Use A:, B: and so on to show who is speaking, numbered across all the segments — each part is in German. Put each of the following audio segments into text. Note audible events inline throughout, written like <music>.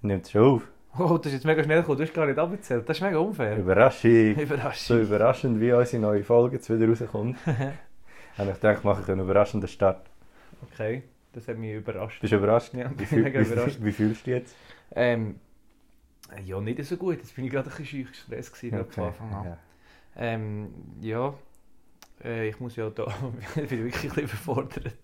A: Nimmt schon auf.
B: Oh, das ist jetzt mega schnell gekommen, du hast gar nicht abgezählt. Das ist mega unfair.
A: Überraschung. So
B: <laughs> Überraschung.
A: überraschend, wie unsere neue Folge jetzt wieder rauskommt.
B: <laughs>
A: habe ich gedacht, mache ich einen überraschenden Start.
B: Okay, das hat mich überrascht.
A: Bist du überrascht?
B: Ja,
A: Wie, fühl,
B: mega überrascht.
A: wie, wie fühlst du dich jetzt?
B: Ähm, ja, nicht so gut. Jetzt bin ich gerade ein bisschen scheu gestresst gewesen, gerade von Anfang an.
A: Ja.
B: Ähm, ja, äh, ich muss ja da, <laughs> ich bin wirklich ein bisschen überfordert.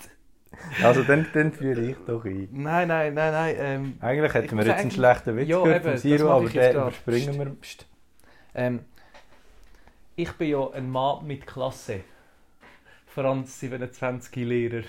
A: Also dann, dann führe ich doch ein.
B: Nein, nein, nein, nein. Ähm,
A: Eigentlich
B: Ich
A: hätten wir
B: muss
A: jetzt einen
B: eigentlich-
A: schlechten Witz
B: Ja,
A: gehört
B: eben,
A: vom
B: das
A: Siro,
B: mache
A: aber
B: ich jetzt
A: den
B: gerade.
A: überspringen wir. Psst.
B: ähm, ich bin ja ein Mann mit Klasse. Franz 27 Lehrer.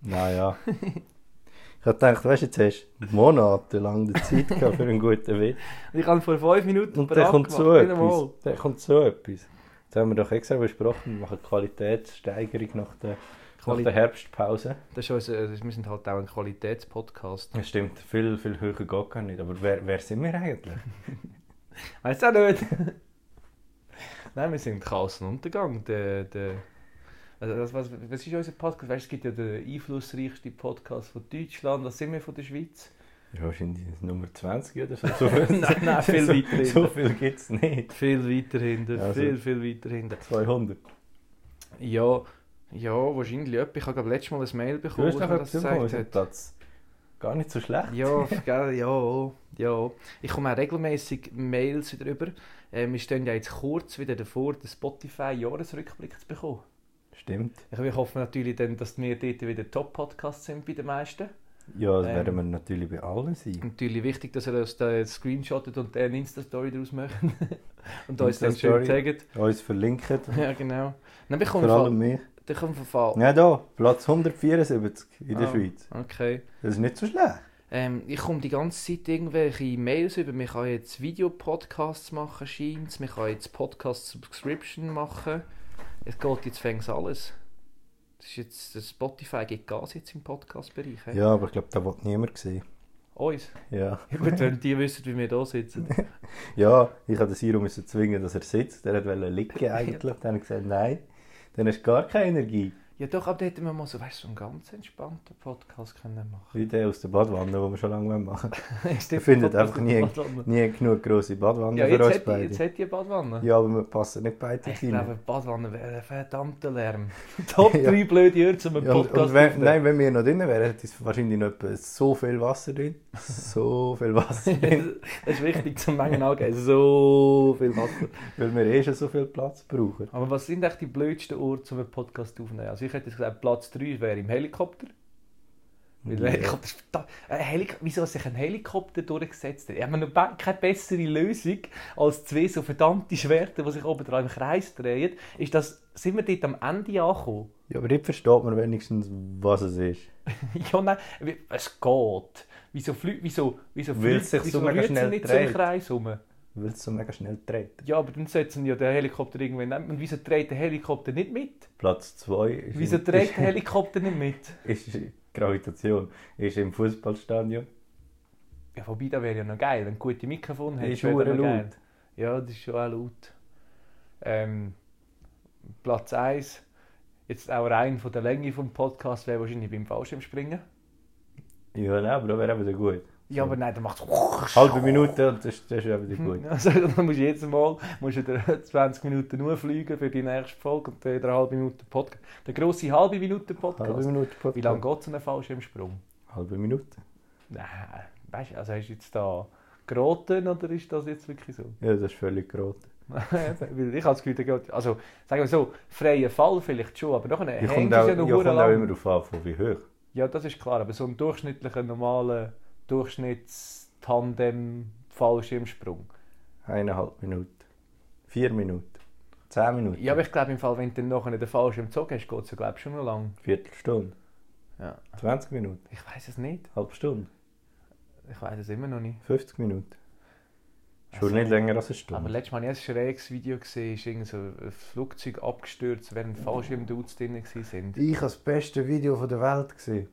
A: Naja. Ich habe gedacht, weißt du, jetzt hast du monatelang die Zeit gehabt für einen guten Witz.
B: Und ich habe vor 5
A: Und
B: Minuten
A: dann
B: bereit
A: kommt so
B: gemacht. Jawohl.
A: etwas. Dann kommt so etwas. Jetzt haben wir doch extra besprochen, wir machen Qualitätssteigerung nach der, nach
B: Quali-
A: der Herbstpause.
B: Das ist unser, also wir sind halt auch ein Qualitätspodcast.
A: Ja, stimmt, viel, viel höher geht gar nicht. Aber wer, wer sind wir eigentlich?
B: Weißt du auch nicht? <laughs> Nein, wir sind Chaos und Untergang. Der, der, also das, was, was ist unser Podcast? Weißt, du, es gibt ja den einflussreichsten Podcast von Deutschland. Was sind wir von der Schweiz?
A: <laughs> Ja, wahrscheinlich Nummer 20 <laughs> oder so.
B: <laughs> Nein, nein, viel
A: <laughs> so,
B: weiter
A: So
B: hinten.
A: viel gibt es nicht.
B: Viel weiter hinten,
A: Ja, also-
B: viel, viel weiter hinten.
A: 200.
B: Ja, ja, wahrscheinlich jemand. Ich habe glaub, letztes Mal ein Mail
A: Du
B: bekommen,
A: hast
B: wo
A: noch
B: mir
A: etwas
B: das
A: bekommen,
B: gesagt
A: wir sind
B: hat.
A: Platz. Gar nicht so schlecht.
B: Ja, gell, ja, ja. Ich komme auch regelmäßig Mails wieder rüber. Ähm, wir stehen ja jetzt kurz wieder davor, den Spotify-Jahresrückblick zu bekommen.
A: Stimmt.
B: Ich- Ich hoffe natürlich dann, dass wir dort wieder Top-Podcasts sind bei den meisten.
A: Ja, das
B: Ähm.
A: werden wir natürlich bei allen sein.
B: Natürlich wichtig, dass ihr uns da jetzt screenshottet und dann eine Insta-Story daraus macht. <laughs> und uns dann schön
A: Insta-Story.
B: taggt.
A: Uns verlinken.
B: Ja, <laughs> genau. Dann bekommen
A: Hm. Vor
B: wir
A: allem
B: Fall.
A: mich.
B: Dann kommen wir Fall.
A: Ja, da, Platz 174 in der
B: Ah.
A: Schweiz.
B: Okay.
A: Das ist nicht so schlecht.
B: Ähm, ich komme die ganze Zeit irgendwelche Mails über. Man kann jetzt Videopodcasts machen, scheint Man kann jetzt Podcast-Subscription machen. Es geht jetzt fängt alles. Das ist jetzt, das Spotify gibt Gas jetzt im Podcast-Bereich. hä?
A: Ja, aber ich glaube, da will niemand sehen. <laughs>
B: Uns.
A: Ja.
B: Ja, Gut, wenn die wissen, wie wir da sitzen.
A: ja, ich musste den Siro müssen zwingen, dass er sitzt. Der wollte
B: <laughs>
A: liegen eigentlich. Dann habe ich gesagt, nein. Dann hast du gar keine Energie.
B: <laughs> Ja doch, aber da hätten wir mal so, weißt, so einen ganz entspannten Podcast können
A: <laughs>
B: machen
A: Wie der aus der Badwanne, den wir schon lange machen wollen.
B: <laughs> können.
A: Wir finden einfach nie, nie genug grosse Badwanne
B: Ja,
A: für
B: jetzt
A: uns
B: hat, die-
A: beide.
B: jetzt hat die eine Badwanne.
A: Ja, aber wir passen nicht beide
B: Ich
A: rein.
B: glaube, Badwanne wäre ein
A: <laughs>
B: verdammter Lärm. Top
A: Ja.
B: 3 blöde Jahre zum
A: Ja, und,
B: Podcast
A: und wenn,
B: aufnehmen.
A: nein, wenn wir noch drin wären, hätte es wahrscheinlich noch etwa so viel Wasser drin. So viel
B: <laughs>
A: Wasser drin. <laughs>
B: das ist wichtig zum Mengen angeben. So viel Wasser.
A: weil wir eh schon so viel Platz brauchen.
B: Aber was sind echt die blödsten Orte, um einen Podcast aufzunehmen? Also ich hätte jetzt gesagt, Platz 3 wäre im Helikopter. Weil der
A: Ja.
B: Helikopter ist verdammt- ein Helik Wieso hat sich ein Helikopter durchgesetzt? Ich habe noch be- keine bessere Lösung als zwei so verdammte Schwerter, die sich oben dran im Kreis drehen. Ist das, sind wir dort am Ende angekommen? <laughs>
A: Ja, aber dort versteht man wenigstens, was es ist.
B: ja, nein, wie- es geht. Wieso fliegt wieso, wieso
A: Weil es
B: fliegt-
A: sich so
B: wieso
A: mega
B: rührt sie
A: schnell
B: nicht so im
A: dreht.
B: Kreis herum?
A: Weil es so mega schnell dreht.
B: Ja, aber dann setzen ja den Helikopter irgendwann ab. Und wieso dreht der Helikopter nicht mit?
A: Platz 2 ist,
B: Wieso
A: im- <laughs>
B: dreht der Helikopter nicht mit?
A: ist, ist Gravitation. Ist im Fußballstadion.
B: Ja, wobei, das wäre ja noch geil, wenn du gute Mikrofon
A: Ist
B: hättest. wäre das
A: hure
B: noch
A: laut.
B: geil. Ja, das ist schon auch laut. Ähm, Platz 1, jetzt auch rein von der Länge vom Podcast, wäre wahrscheinlich beim Fallschirmspringen.
A: Ja, nein, aber das wäre eben wieder gut.
B: Ja, aber nein, dann macht
A: <laughs>
B: es...
A: Halbe Minute und das, das ist eben wieder gut.
B: Also, dann musst du jedes Mal musst du dir <laughs> 20 Minuten nur fliegen für die nächste Folge und dann wieder eine halbe Minute Podcast. Der grosse halbe Minute Podcast.
A: Halbe Minute Podcast.
B: Wie lange geht so ein Fallschirmsprung?
A: Halbe Minute.
B: Nein, weißt du, also hast du jetzt da geraten oder ist das jetzt wirklich so?
A: Ja, das ist völlig gerade.
B: <laughs> Weil ich habe das Gefühl, der geht, also sagen wir so, freier Fall vielleicht schon, aber nachher
A: Ich
B: hängst
A: komme
B: du
A: auch, ich
B: Äh, ja noch
A: kommt
B: hure
A: auch
B: lang.
A: immer auf an, von wie hoch.
B: Ja, das ist klar, aber so ein durchschnittlicher, normaler Durchschnittstandem-Fallschirmsprung.
A: Eineinhalb Minuten. Vier Minuten. Zehn Minuten.
B: Ja, aber ich glaube im Fall, wenn du dann nachher den Fallschirm gezogen hast, geht es ja glaube ich schon noch lang.
A: Viertelstunde.
B: Ja.
A: 20 Minuten.
B: Ich weiß es nicht.
A: Halbe Stunde.
B: Ich weiß es immer noch nicht.
A: 50 Minuten. Schon
B: Also,
A: nicht länger als eine
B: Aber
A: Stunde.
B: letztes Mal habe ich ein schräges Video gesehen, ist irgend so ein Flugzeug abgestürzt, während Fallschirmdudes drin waren.
A: Ich habe das beste Video von der Welt gesehen.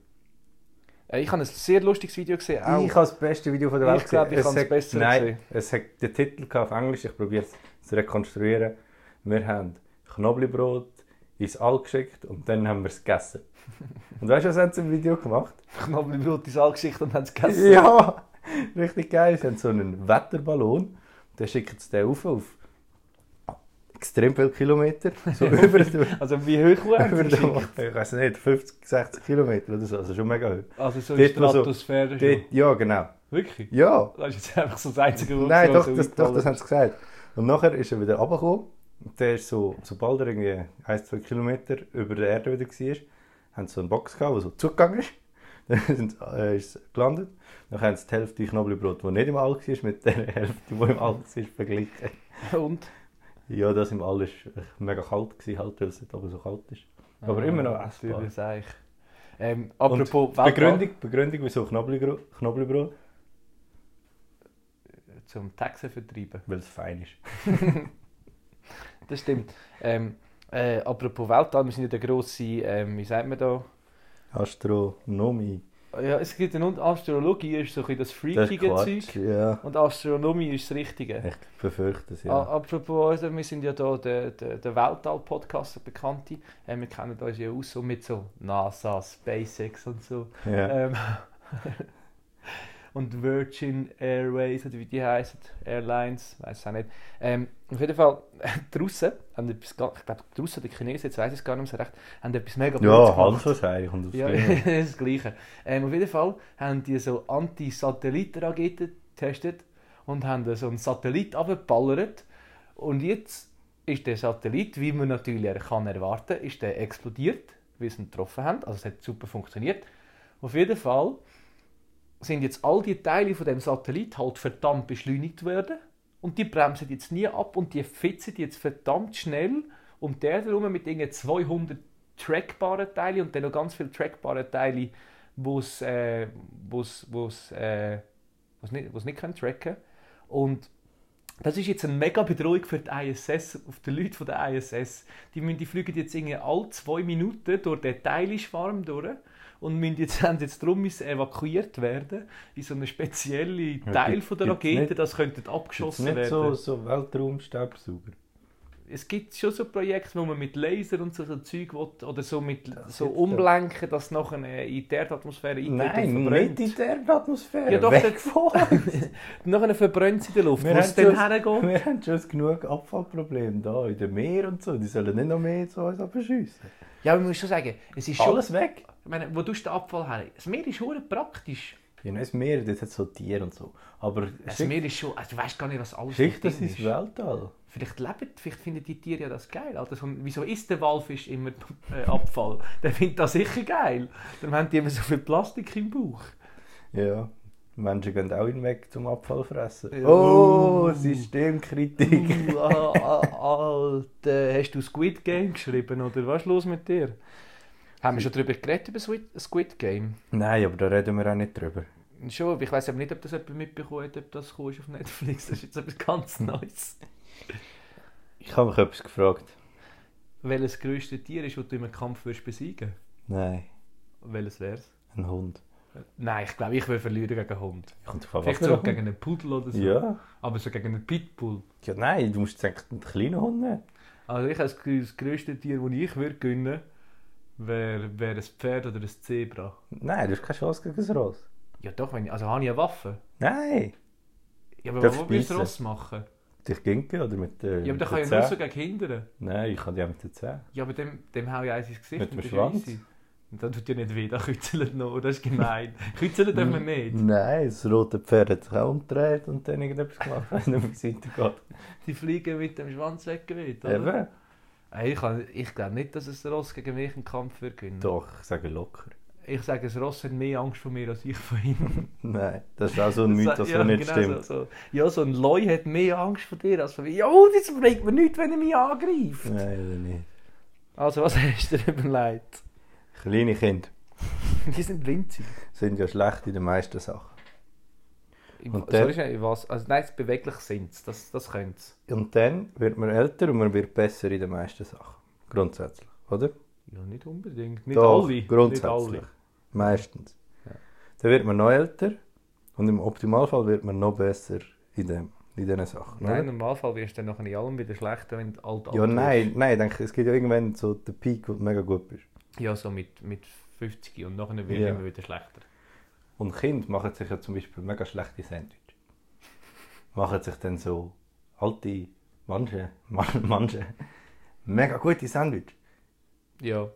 B: Äh, Ich habe ein sehr lustiges Video gesehen. Auch.
A: Ich habe das beste Video von der
B: Ich
A: Welt
B: glaub, ich
A: Es
B: kann das
A: hat-
B: Bessere
A: Nein,
B: sehen.
A: es hat den Titel gehabt auf Englisch, ich probiere es zu rekonstruieren. Wir haben Knoblauchbrot ins All geschickt und dann haben wir es
B: <laughs>
A: gegessen. Und weißt du, was haben sie im Video gemacht?
B: Knoblauchbrot ins Angesicht und haben es gegessen.
A: <laughs> Ja, richtig geil. Sie haben so einen Wetterballon, dann schicken sie den auf, auf extrem viele Kilometer, so
B: <laughs>
A: über
B: Also wie
A: <laughs>
B: hoch
A: über
B: haben sie
A: den,
B: geschickt?
A: ich weiß nicht, 50, 60 Kilometer oder so, also schon mega hoch.
B: Also so in die
A: Dort noch so-
B: Stratosphäre schon.
A: Dort, ja, genau.
B: Wirklich?
A: Ja,
B: Das ist jetzt einfach so das einzige, was
A: Nein,
B: so-
A: doch,
B: so
A: das, doch,
B: eingefallen
A: das haben
B: ist.
A: sie gesagt. Und nachher ist er wieder runtergekommen. Und der ist so, sobald er irgendwie ein, zwei Kilometer über der Erde wieder war, haben sie so eine Box gehabt, die so zugegangen ist. <laughs> Dann sind, sie- äh, ist es gelandet. Dann haben sie die Hälfte Knoblauchbrot, die nicht im All war, mit der Hälfte, die im All war, verglichen.
B: Und?
A: Ja, das im All war mega kalt, gewesen, halt, weil es nicht aber so kalt ist. Aber immer noch
B: Ah,
A: essbar.
B: das eigentlich. Ähm,
A: Und
B: apropos
A: die Begründung, die Begründung, wieso Knoblauchbro- Knoblauchbrot?
B: Weltall- Zum Taxen vertreiben.
A: Weil es fein ist.
B: Das stimmt. Ähm, äh, apropos Weltall, wir sind ja der grosse, ähm, wie sagt man da?
A: Astronomie.
B: Ja, es gibt einen und Astrologie ist so ein bisschen das
A: Das
B: freakige
A: ist Quatsch.
B: Zeug.
A: Ja,
B: Und Astronomie ist das Richtige.
A: ich befürchte es, ja.
B: A- Apropos, also wir sind ja hier der, der, der Weltall-Podcast, der Bekannte. Äh, wir kennen uns ja aus so mit so NASA, SpaceX und so.
A: ja.
B: <laughs> Ähm, und Virgin Airways, oder wie die heißen, Airlines, weiß auch nicht. Ähm, auf jeden Fall, <laughs> die Russen, haben etwas, ga- ich glaube, die Russen oder die Chinesen, jetzt weiß ich es gar nicht mehr so recht, haben etwas mega Blödes
A: Ja, Hans wahrscheinlich und aufs
B: <laughs> Ja,
A: Gleiche.
B: das Gleiche. Ähm, auf jeden Fall haben die so Anti-Satelliten-Raketen getestet und haben da so einen Satellit abgeballert. Und jetzt ist der Satellit, wie man natürlich kann erwarten kann, ist der explodiert, weil sie ihn getroffen haben. Also es hat super funktioniert. Auf jeden Fall sind jetzt all die Teile von dem Satellit halt verdammt beschleunigt worden und die bremsen jetzt nie ab und die fitzen jetzt verdammt schnell um der herum mit irgendwie 200 trackbaren Teile und dann noch ganz viele trackbare Teile, wo es äh, wo's, wo's, äh, wo's nicht, wo's nicht können tracken und das ist jetzt eine mega Bedrohung für die ISS, auf die Leute von der ISS. Die, müssen, die fliegen jetzt irgendwie alle zwei Minuten durch den Teileschwarm durch und müssen jetzt, <laughs> haben jetzt darum müssen evakuiert werden in so einen speziellen
A: Ja,
B: Teil
A: gibt-
B: von der
A: gibt's
B: Rakete,
A: nicht-
B: das könnte
A: Ist
B: abgeschossen
A: nicht
B: werden
A: so, so Weltraumstaubsauger.
B: es gibt schon so Projekte, wo man mit Laser und so, so Zeug will, oder so mit so
A: gibt's
B: umlenken, dass es nachher äh, in die Erdatmosphäre eintritt und verbrennt.
A: der Erdatmosphäre.
B: Ja, doch,
A: Weg
B: der- <laughs>
A: von uns.
B: Nachher verbrennt es in der Luft,
A: Wir
B: wo es
A: haben
B: dann hergeht.
A: Wir haben schon genug Abfallprobleme da in dem Meer und so. Die sollen nicht noch mehr zu uns abschiessen.
B: Ja, aber man muss schon sagen, es ist schon...
A: Alles weg.
B: Ich meine, wo tust du den Abfall her? Das Meer ist hure praktisch.
A: Ja, nein, das Meer, das hat so Tiere und so. Aber
B: Das
A: schick,
B: Meer ist schon... Also, du weißt gar nicht, was alles
A: schick
B: dort
A: das
B: drin
A: ins Weltall.
B: Vielleicht leben, vielleicht finden die Tiere ja das geil. Alter, so, ein- wieso isst der Walfisch immer äh, Abfall? <laughs> Der findet das sicher geil. Dann haben die immer so viel Plastik im <laughs> Bauch.
A: Ja. Menschen gehen auch hinweg zum Abfall fressen.
B: Ja.
A: Oh, Systemkritik. <laughs>
B: Uh, Alter, hast du Squid Game geschrieben oder was ist los mit dir? Haben wir schon darüber geredet, über Squid- Squid Game?
A: Nein, aber da reden wir auch nicht drüber.
B: Schon, aber ich weiß aber nicht, ob das jemand mitbekommen hat, ob das gekommen ist auf Netflix. Das ist jetzt etwas ganz Neues.
A: Ich habe mich etwas gefragt.
B: Welches grösste Tier ist, das du im Kampf würdest besiegen
A: Nein.
B: Welches wär's?
A: Ein Hund.
B: Nein, ich glaube, ich würde verlieren gegen einen Hund.
A: Kommt auf
B: Vielleicht so gegen einen Pudel oder so.
A: Ja.
B: Aber so gegen einen Pitbull.
A: ja. Nein, du musst jetzt eigentlich einen kleinen Hund nehmen.
B: Also ich als das grösste Tier, das ich würde gewinnen, wäre wär ein Pferd oder ein Zebra.
A: Nein, du hast keine Chance gegen ein Ross.
B: Ja doch, wenn ich, also habe ich eine Waffe.
A: Nein.
B: Ja, aber
A: Darf
B: was willst
A: beißen?
B: du Ross machen?
A: Dich ginken oder mit der
B: Ja, aber
A: mit
B: dann kann
A: der
B: ich nur
A: Zähne?
B: so gegen hindern.
A: Nein, ich kann die auch mit den Zähnen.
B: Ja, aber dem, dem hau ich eins ins Gesicht.
A: Mit dem
B: und das ist ja
A: Schwanz?
B: easy. Und dann tut ja nicht weh, da kützelt noch, das
A: <laughs>
B: ist gemein. kützelt dürfen wir nicht.
A: Nein, das rote Pferd hat sich auch umgedreht und dann irgendetwas <laughs> gemacht, wenn er auf die Seite geht.
B: Die fliegen mit dem Schwanz weggeweht, oder?
A: Eben?
B: Ey, ich kann- ich glaube nicht, dass ein Ross gegen mich einen Kampf wird gewinnen
A: Doch, ich sage locker.
B: Ich sage, ein Ross hat mehr Angst vor mir als ich vor ihm.
A: Nein, das ist auch so ein
B: <laughs>
A: Mythos, der <laughs> nicht
B: genau
A: stimmt.
B: so, so. Ja, so ein Leu hat mehr Angst vor dir als vor mir. Ja, oh, das bringt mir nichts, wenn er mich angreift.
A: Nein, oder nicht.
B: Also, was <laughs> hast du dir überlegt?
A: Kleine Kinder
B: Die sind winzig.
A: sind ja schlecht in den meisten Sachen.
B: Im-
A: Und
B: sorry,
A: der-
B: schnell, was? Also nein, beweglich sind sie, das, das können sie.
A: Und dann wird man älter und man wird besser in den meisten Sachen. Grundsätzlich, oder?
B: Ja, nicht unbedingt. Nicht
A: Doch,
B: alle.
A: grundsätzlich.
B: Nicht alle.
A: Meistens. Dann wird man noch älter und im Optimalfall wird man noch besser in dem. in diesen Sachen.
B: Nein, im
A: oder?
B: Normalfall wirst du dann noch in allem wieder schlechter, wenn du alt
A: Ja,
B: alt
A: nein, nein, ich denke, es gibt ja irgendwann so den Peak, wo du mega gut bist.
B: wirst. Ja, so mit, mit 50 und nachher wird
A: Ja.
B: immer wieder schlechter.
A: Und Kinder machen sich ja zum Beispiel mega schlechte Sandwich. Machen sich dann so alte, manche, man- manche, mega gute Sandwich.
B: Ja.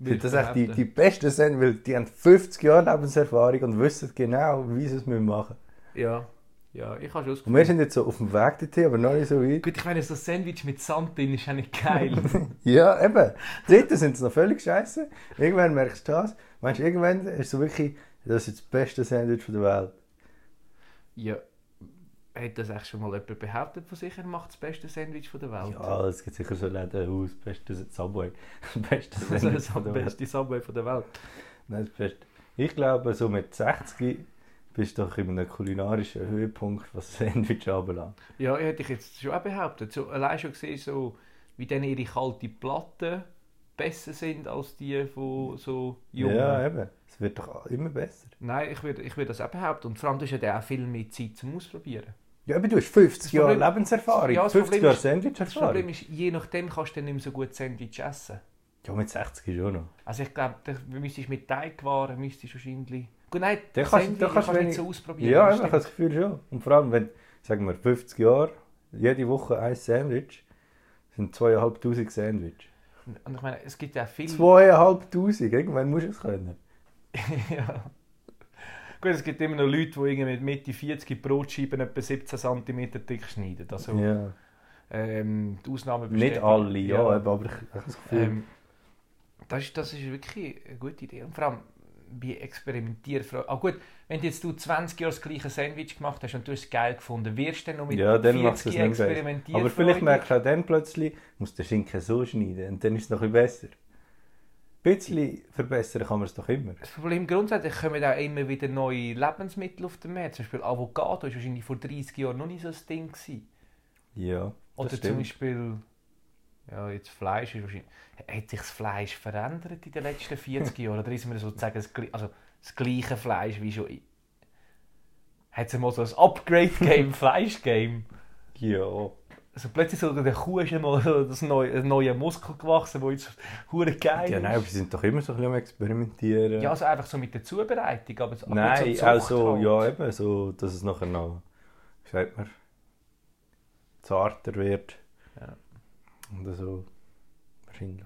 A: Sind das echt die, die besten Sandwich, weil die haben 50 Jahre Lebenserfahrung und wissen genau, wie sie es machen müssen.
B: Ja. Ja, ich habe schon das
A: Und wir
B: Gefühl.
A: sind jetzt so auf dem Weg dorthin, aber noch nicht so weit.
B: Gut, ich meine, so ein Sandwich mit Sand drin ist eigentlich geil.
A: <laughs> Ja, eben. Dort sind sie noch völlig scheiße. Irgendwann merkst du das. Meinst du, irgendwann ist so wirklich, das ist das beste Sandwich der Welt.
B: <laughs> ja. Hat das echt schon mal jemand behauptet von sich, er macht das beste Sandwich von der Welt? <laughs>
A: Ja, es gibt sicher so Läden aus, das beste Subway. <laughs> Das beste
B: Das
A: Sandwich
B: ist Also das
A: der Welt.
B: beste Subway von der Welt.
A: Nein, das Beste. Ich glaube, so mit 60 bist du doch in einem kulinarischen Höhepunkt, was Sandwich anbelangt.
B: Ja, hätte ich jetzt schon auch behauptet. So, allein schon gesehen, so, wie dann ihre kalten Platten besser sind als die von so jungen.
A: Ja, eben. Es wird doch immer besser.
B: Nein, ich würde ich würd das auch behaupten. Und vor allem, du hast ja dann auch viel mehr Zeit zum Ausprobieren.
A: Ja, aber du hast 50
B: Das Problem-
A: Jahre Lebenserfahrung,
B: Ja, das
A: 50
B: Problem
A: Jahre
B: ist- Das Problem
A: Sandwich-Erfahrung.
B: ist, je nachdem kannst du dann nicht mehr so gut Sandwich essen.
A: Ja, mit 60 schon noch.
B: Also ich glaube, da müsstest du mit Teigwaren müsstest du wahrscheinlich... Gut, nein,
A: Dann kannst-
B: Sandwich
A: dann kannst du
B: nicht
A: wenig-
B: so ausprobieren.
A: Ja,
B: das
A: eben, ich habe
B: stimmt.
A: das Gefühl schon. Und vor allem, wenn, sagen wir, 50 Jahre, jede Woche ein Sandwich, sind 2'500 Sandwich.
B: Und ich meine, es gibt ja auch viele...
A: 2'500, irgendwann musst du es können.
B: <laughs> ja. Gut, es gibt immer noch Leute, die irgendwie mit Mitte 40 Brotscheiben etwa 17 cm dick schneiden. Also,
A: Ja.
B: ähm, die Ausnahme
A: Nicht
B: bestätigt-
A: alle, ja, eben, aber ich, ich habe das Gefühl,
B: Ähm, das, ist, das ist wirklich eine gute Idee. Und vor allem bei Experimentierfragen. Ah gut, wenn du jetzt du 20 Jahre das gleiche Sandwich gemacht hast und du hast es geil gefunden, wirst du dann noch mit
A: ja, dann macht es
B: 40
A: nicht besser.
B: experimentierfreudig?
A: Aber vielleicht merkst du auch dann plötzlich, musst du den Schinken so schneiden und dann ist es noch ein bisschen besser. Ein bisschen verbessern kann man es doch immer.
B: Das Problem grundsätzlich kommen auch immer wieder neue Lebensmittel auf den Markt. Zum Beispiel Avocado ist wahrscheinlich vor 30 Jahren noch nicht so ein Ding. Gewesen.
A: Ja, das
B: Oder zum
A: stimmt.
B: Beispiel, ja, jetzt Fleisch ist wahrscheinlich. Hat sich das Fleisch verändert in den letzten 40 Jahren? Oder ist mir sozusagen das, gli- also das gleiche Fleisch wie schon. i- Hat es mal so ein
A: <laughs>
B: Upgrade-Game, Fleisch-Game?
A: Ja.
B: Also plötzlich so der Kuh ist mal so das neue, ein neuer Muskel gewachsen, der jetzt hure geil
A: Ja, nein, aber
B: ist.
A: sie sind doch immer so ein bisschen am Experimentieren.
B: Ja, also einfach so mit der Zubereitung, aber so- aber
A: Nein,
B: nicht so
A: also
B: zucht
A: ja
B: halt.
A: eben, so, dass es nachher noch, wie sagt man, zarter wird.
B: Ja.
A: Oder so, wahrscheinlich.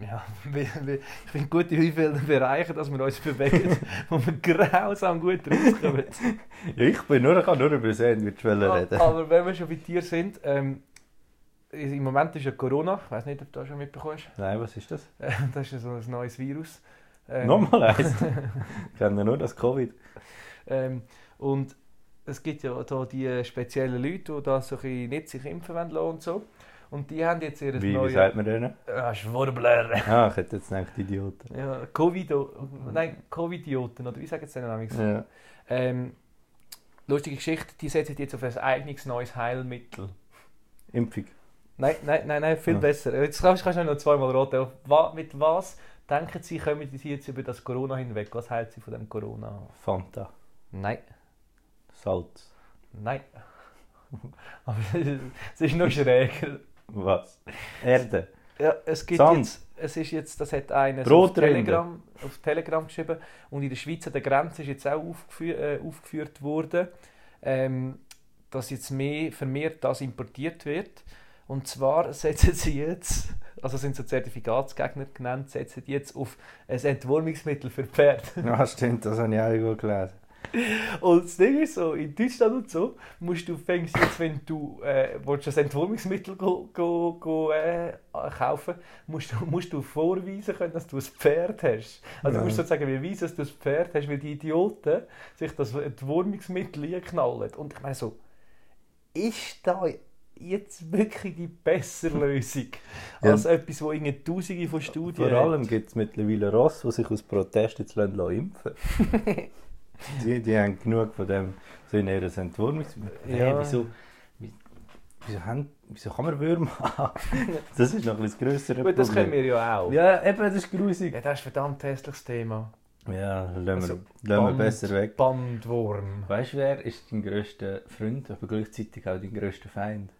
B: Ja, <laughs> wir, wir, ich bin gut in wie vielen Bereichen, dass wir
A: <laughs>
B: uns bewegen, wo wir grausam gut rauskommen.
A: Ja, ich bin nur, ich kann nur über Sandwich wollen
B: Ah,
A: reden.
B: Aber wenn wir schon bei dir sind, ähm, is- im Moment ist ja Corona, ich weiß nicht, ob du das schon mitbekommst. <laughs>
A: Nein, was ist das?
B: Äh, Das ist ja so ein neues Virus. Ähm,
A: Nochmal <laughs> eins. ich kenne nur das Covid.
B: Ähm, und es gibt ja da die speziellen Leute, die da so ein bisschen nicht sich impfen wollen lassen und so. Und die haben jetzt ihr
A: Wie, wie
B: neues...
A: sagt man denen?
B: Ah, Schwurbler!
A: Ah, ich hätte jetzt gedacht, Idioten.
B: Ja, Covid... Nein, Covidioten, oder wie sagen sie denn amigs?
A: Ja.
B: Ähm, lustige Geschichte, die setzen jetzt auf ein eigenes neues Heilmittel.
A: Impfung.
B: Nein, nein, nein, nein viel
A: Ah.
B: besser. Jetzt kannst, kannst du noch zweimal raten. Auf wa- Mit was denken Sie, kommen Sie jetzt über das Corona hinweg? Was heilt Sie von dem Corona?
A: Fanta.
B: Nein,
A: Salz.
B: nein. <laughs> Aber es ist noch schräger.
A: Was? Erde. <laughs>
B: Ja, es gibt
A: Sand.
B: jetzt, es ist jetzt, das hat einer auf
A: Brotrinde.
B: Telegram, auf Telegram geschrieben und in der Schweiz an der Grenze ist jetzt auch aufgeführt, äh, aufgeführt worden, ähm, dass jetzt mehr vermehrt das importiert wird. Und zwar setzen sie jetzt, also sind so Zertifikatsgegner genannt, setzen jetzt auf ein Entwurmungsmittel für Pferde.
A: Ja, Ah, stimmt, das habe ich auch irgendwo gelesen.
B: Und das Ding ist so, in Deutschland und so, musst du fängst jetzt, wenn du äh, willst ein Entwurmungsmittel go, go, go, äh, kaufen musst, du- musst du vorweisen können, dass du ein Pferd hast. Also du musst
A: Ja.
B: sozusagen beweisen, dass du ein Pferd hast, weil die Idioten sich das Entwurmungsmittel einknallen. Und ich meine so, ist da jetzt wirklich die bessere
A: <laughs>
B: Lösung
A: Ja.
B: als etwas, wo irgendwie Tausende von Studien
A: Vor allem gibt es mittlerweile Ross, die sich aus Protest jetzt lassen lassen
B: <laughs>
A: impfen die, die haben genug von dem, so in ihrer Entwurmung.
B: Ja.
A: Hey, wieso, wie- wieso, haben, wieso kann man Würmer
B: <laughs>
A: haben? Das ist noch ein bisschen grösseres
B: Gut, das können wir ja auch.
A: Ja, eben, das ist grusig.
B: Ja, das ist ein verdammt hässliches Thema.
A: Ja, lassen wir,
B: Also,
A: lassen wir
B: Band-
A: besser weg.
B: Bandwurm.
A: Weißt du, wer ist dein grösster Freund, aber gleichzeitig auch dein grösster Feind?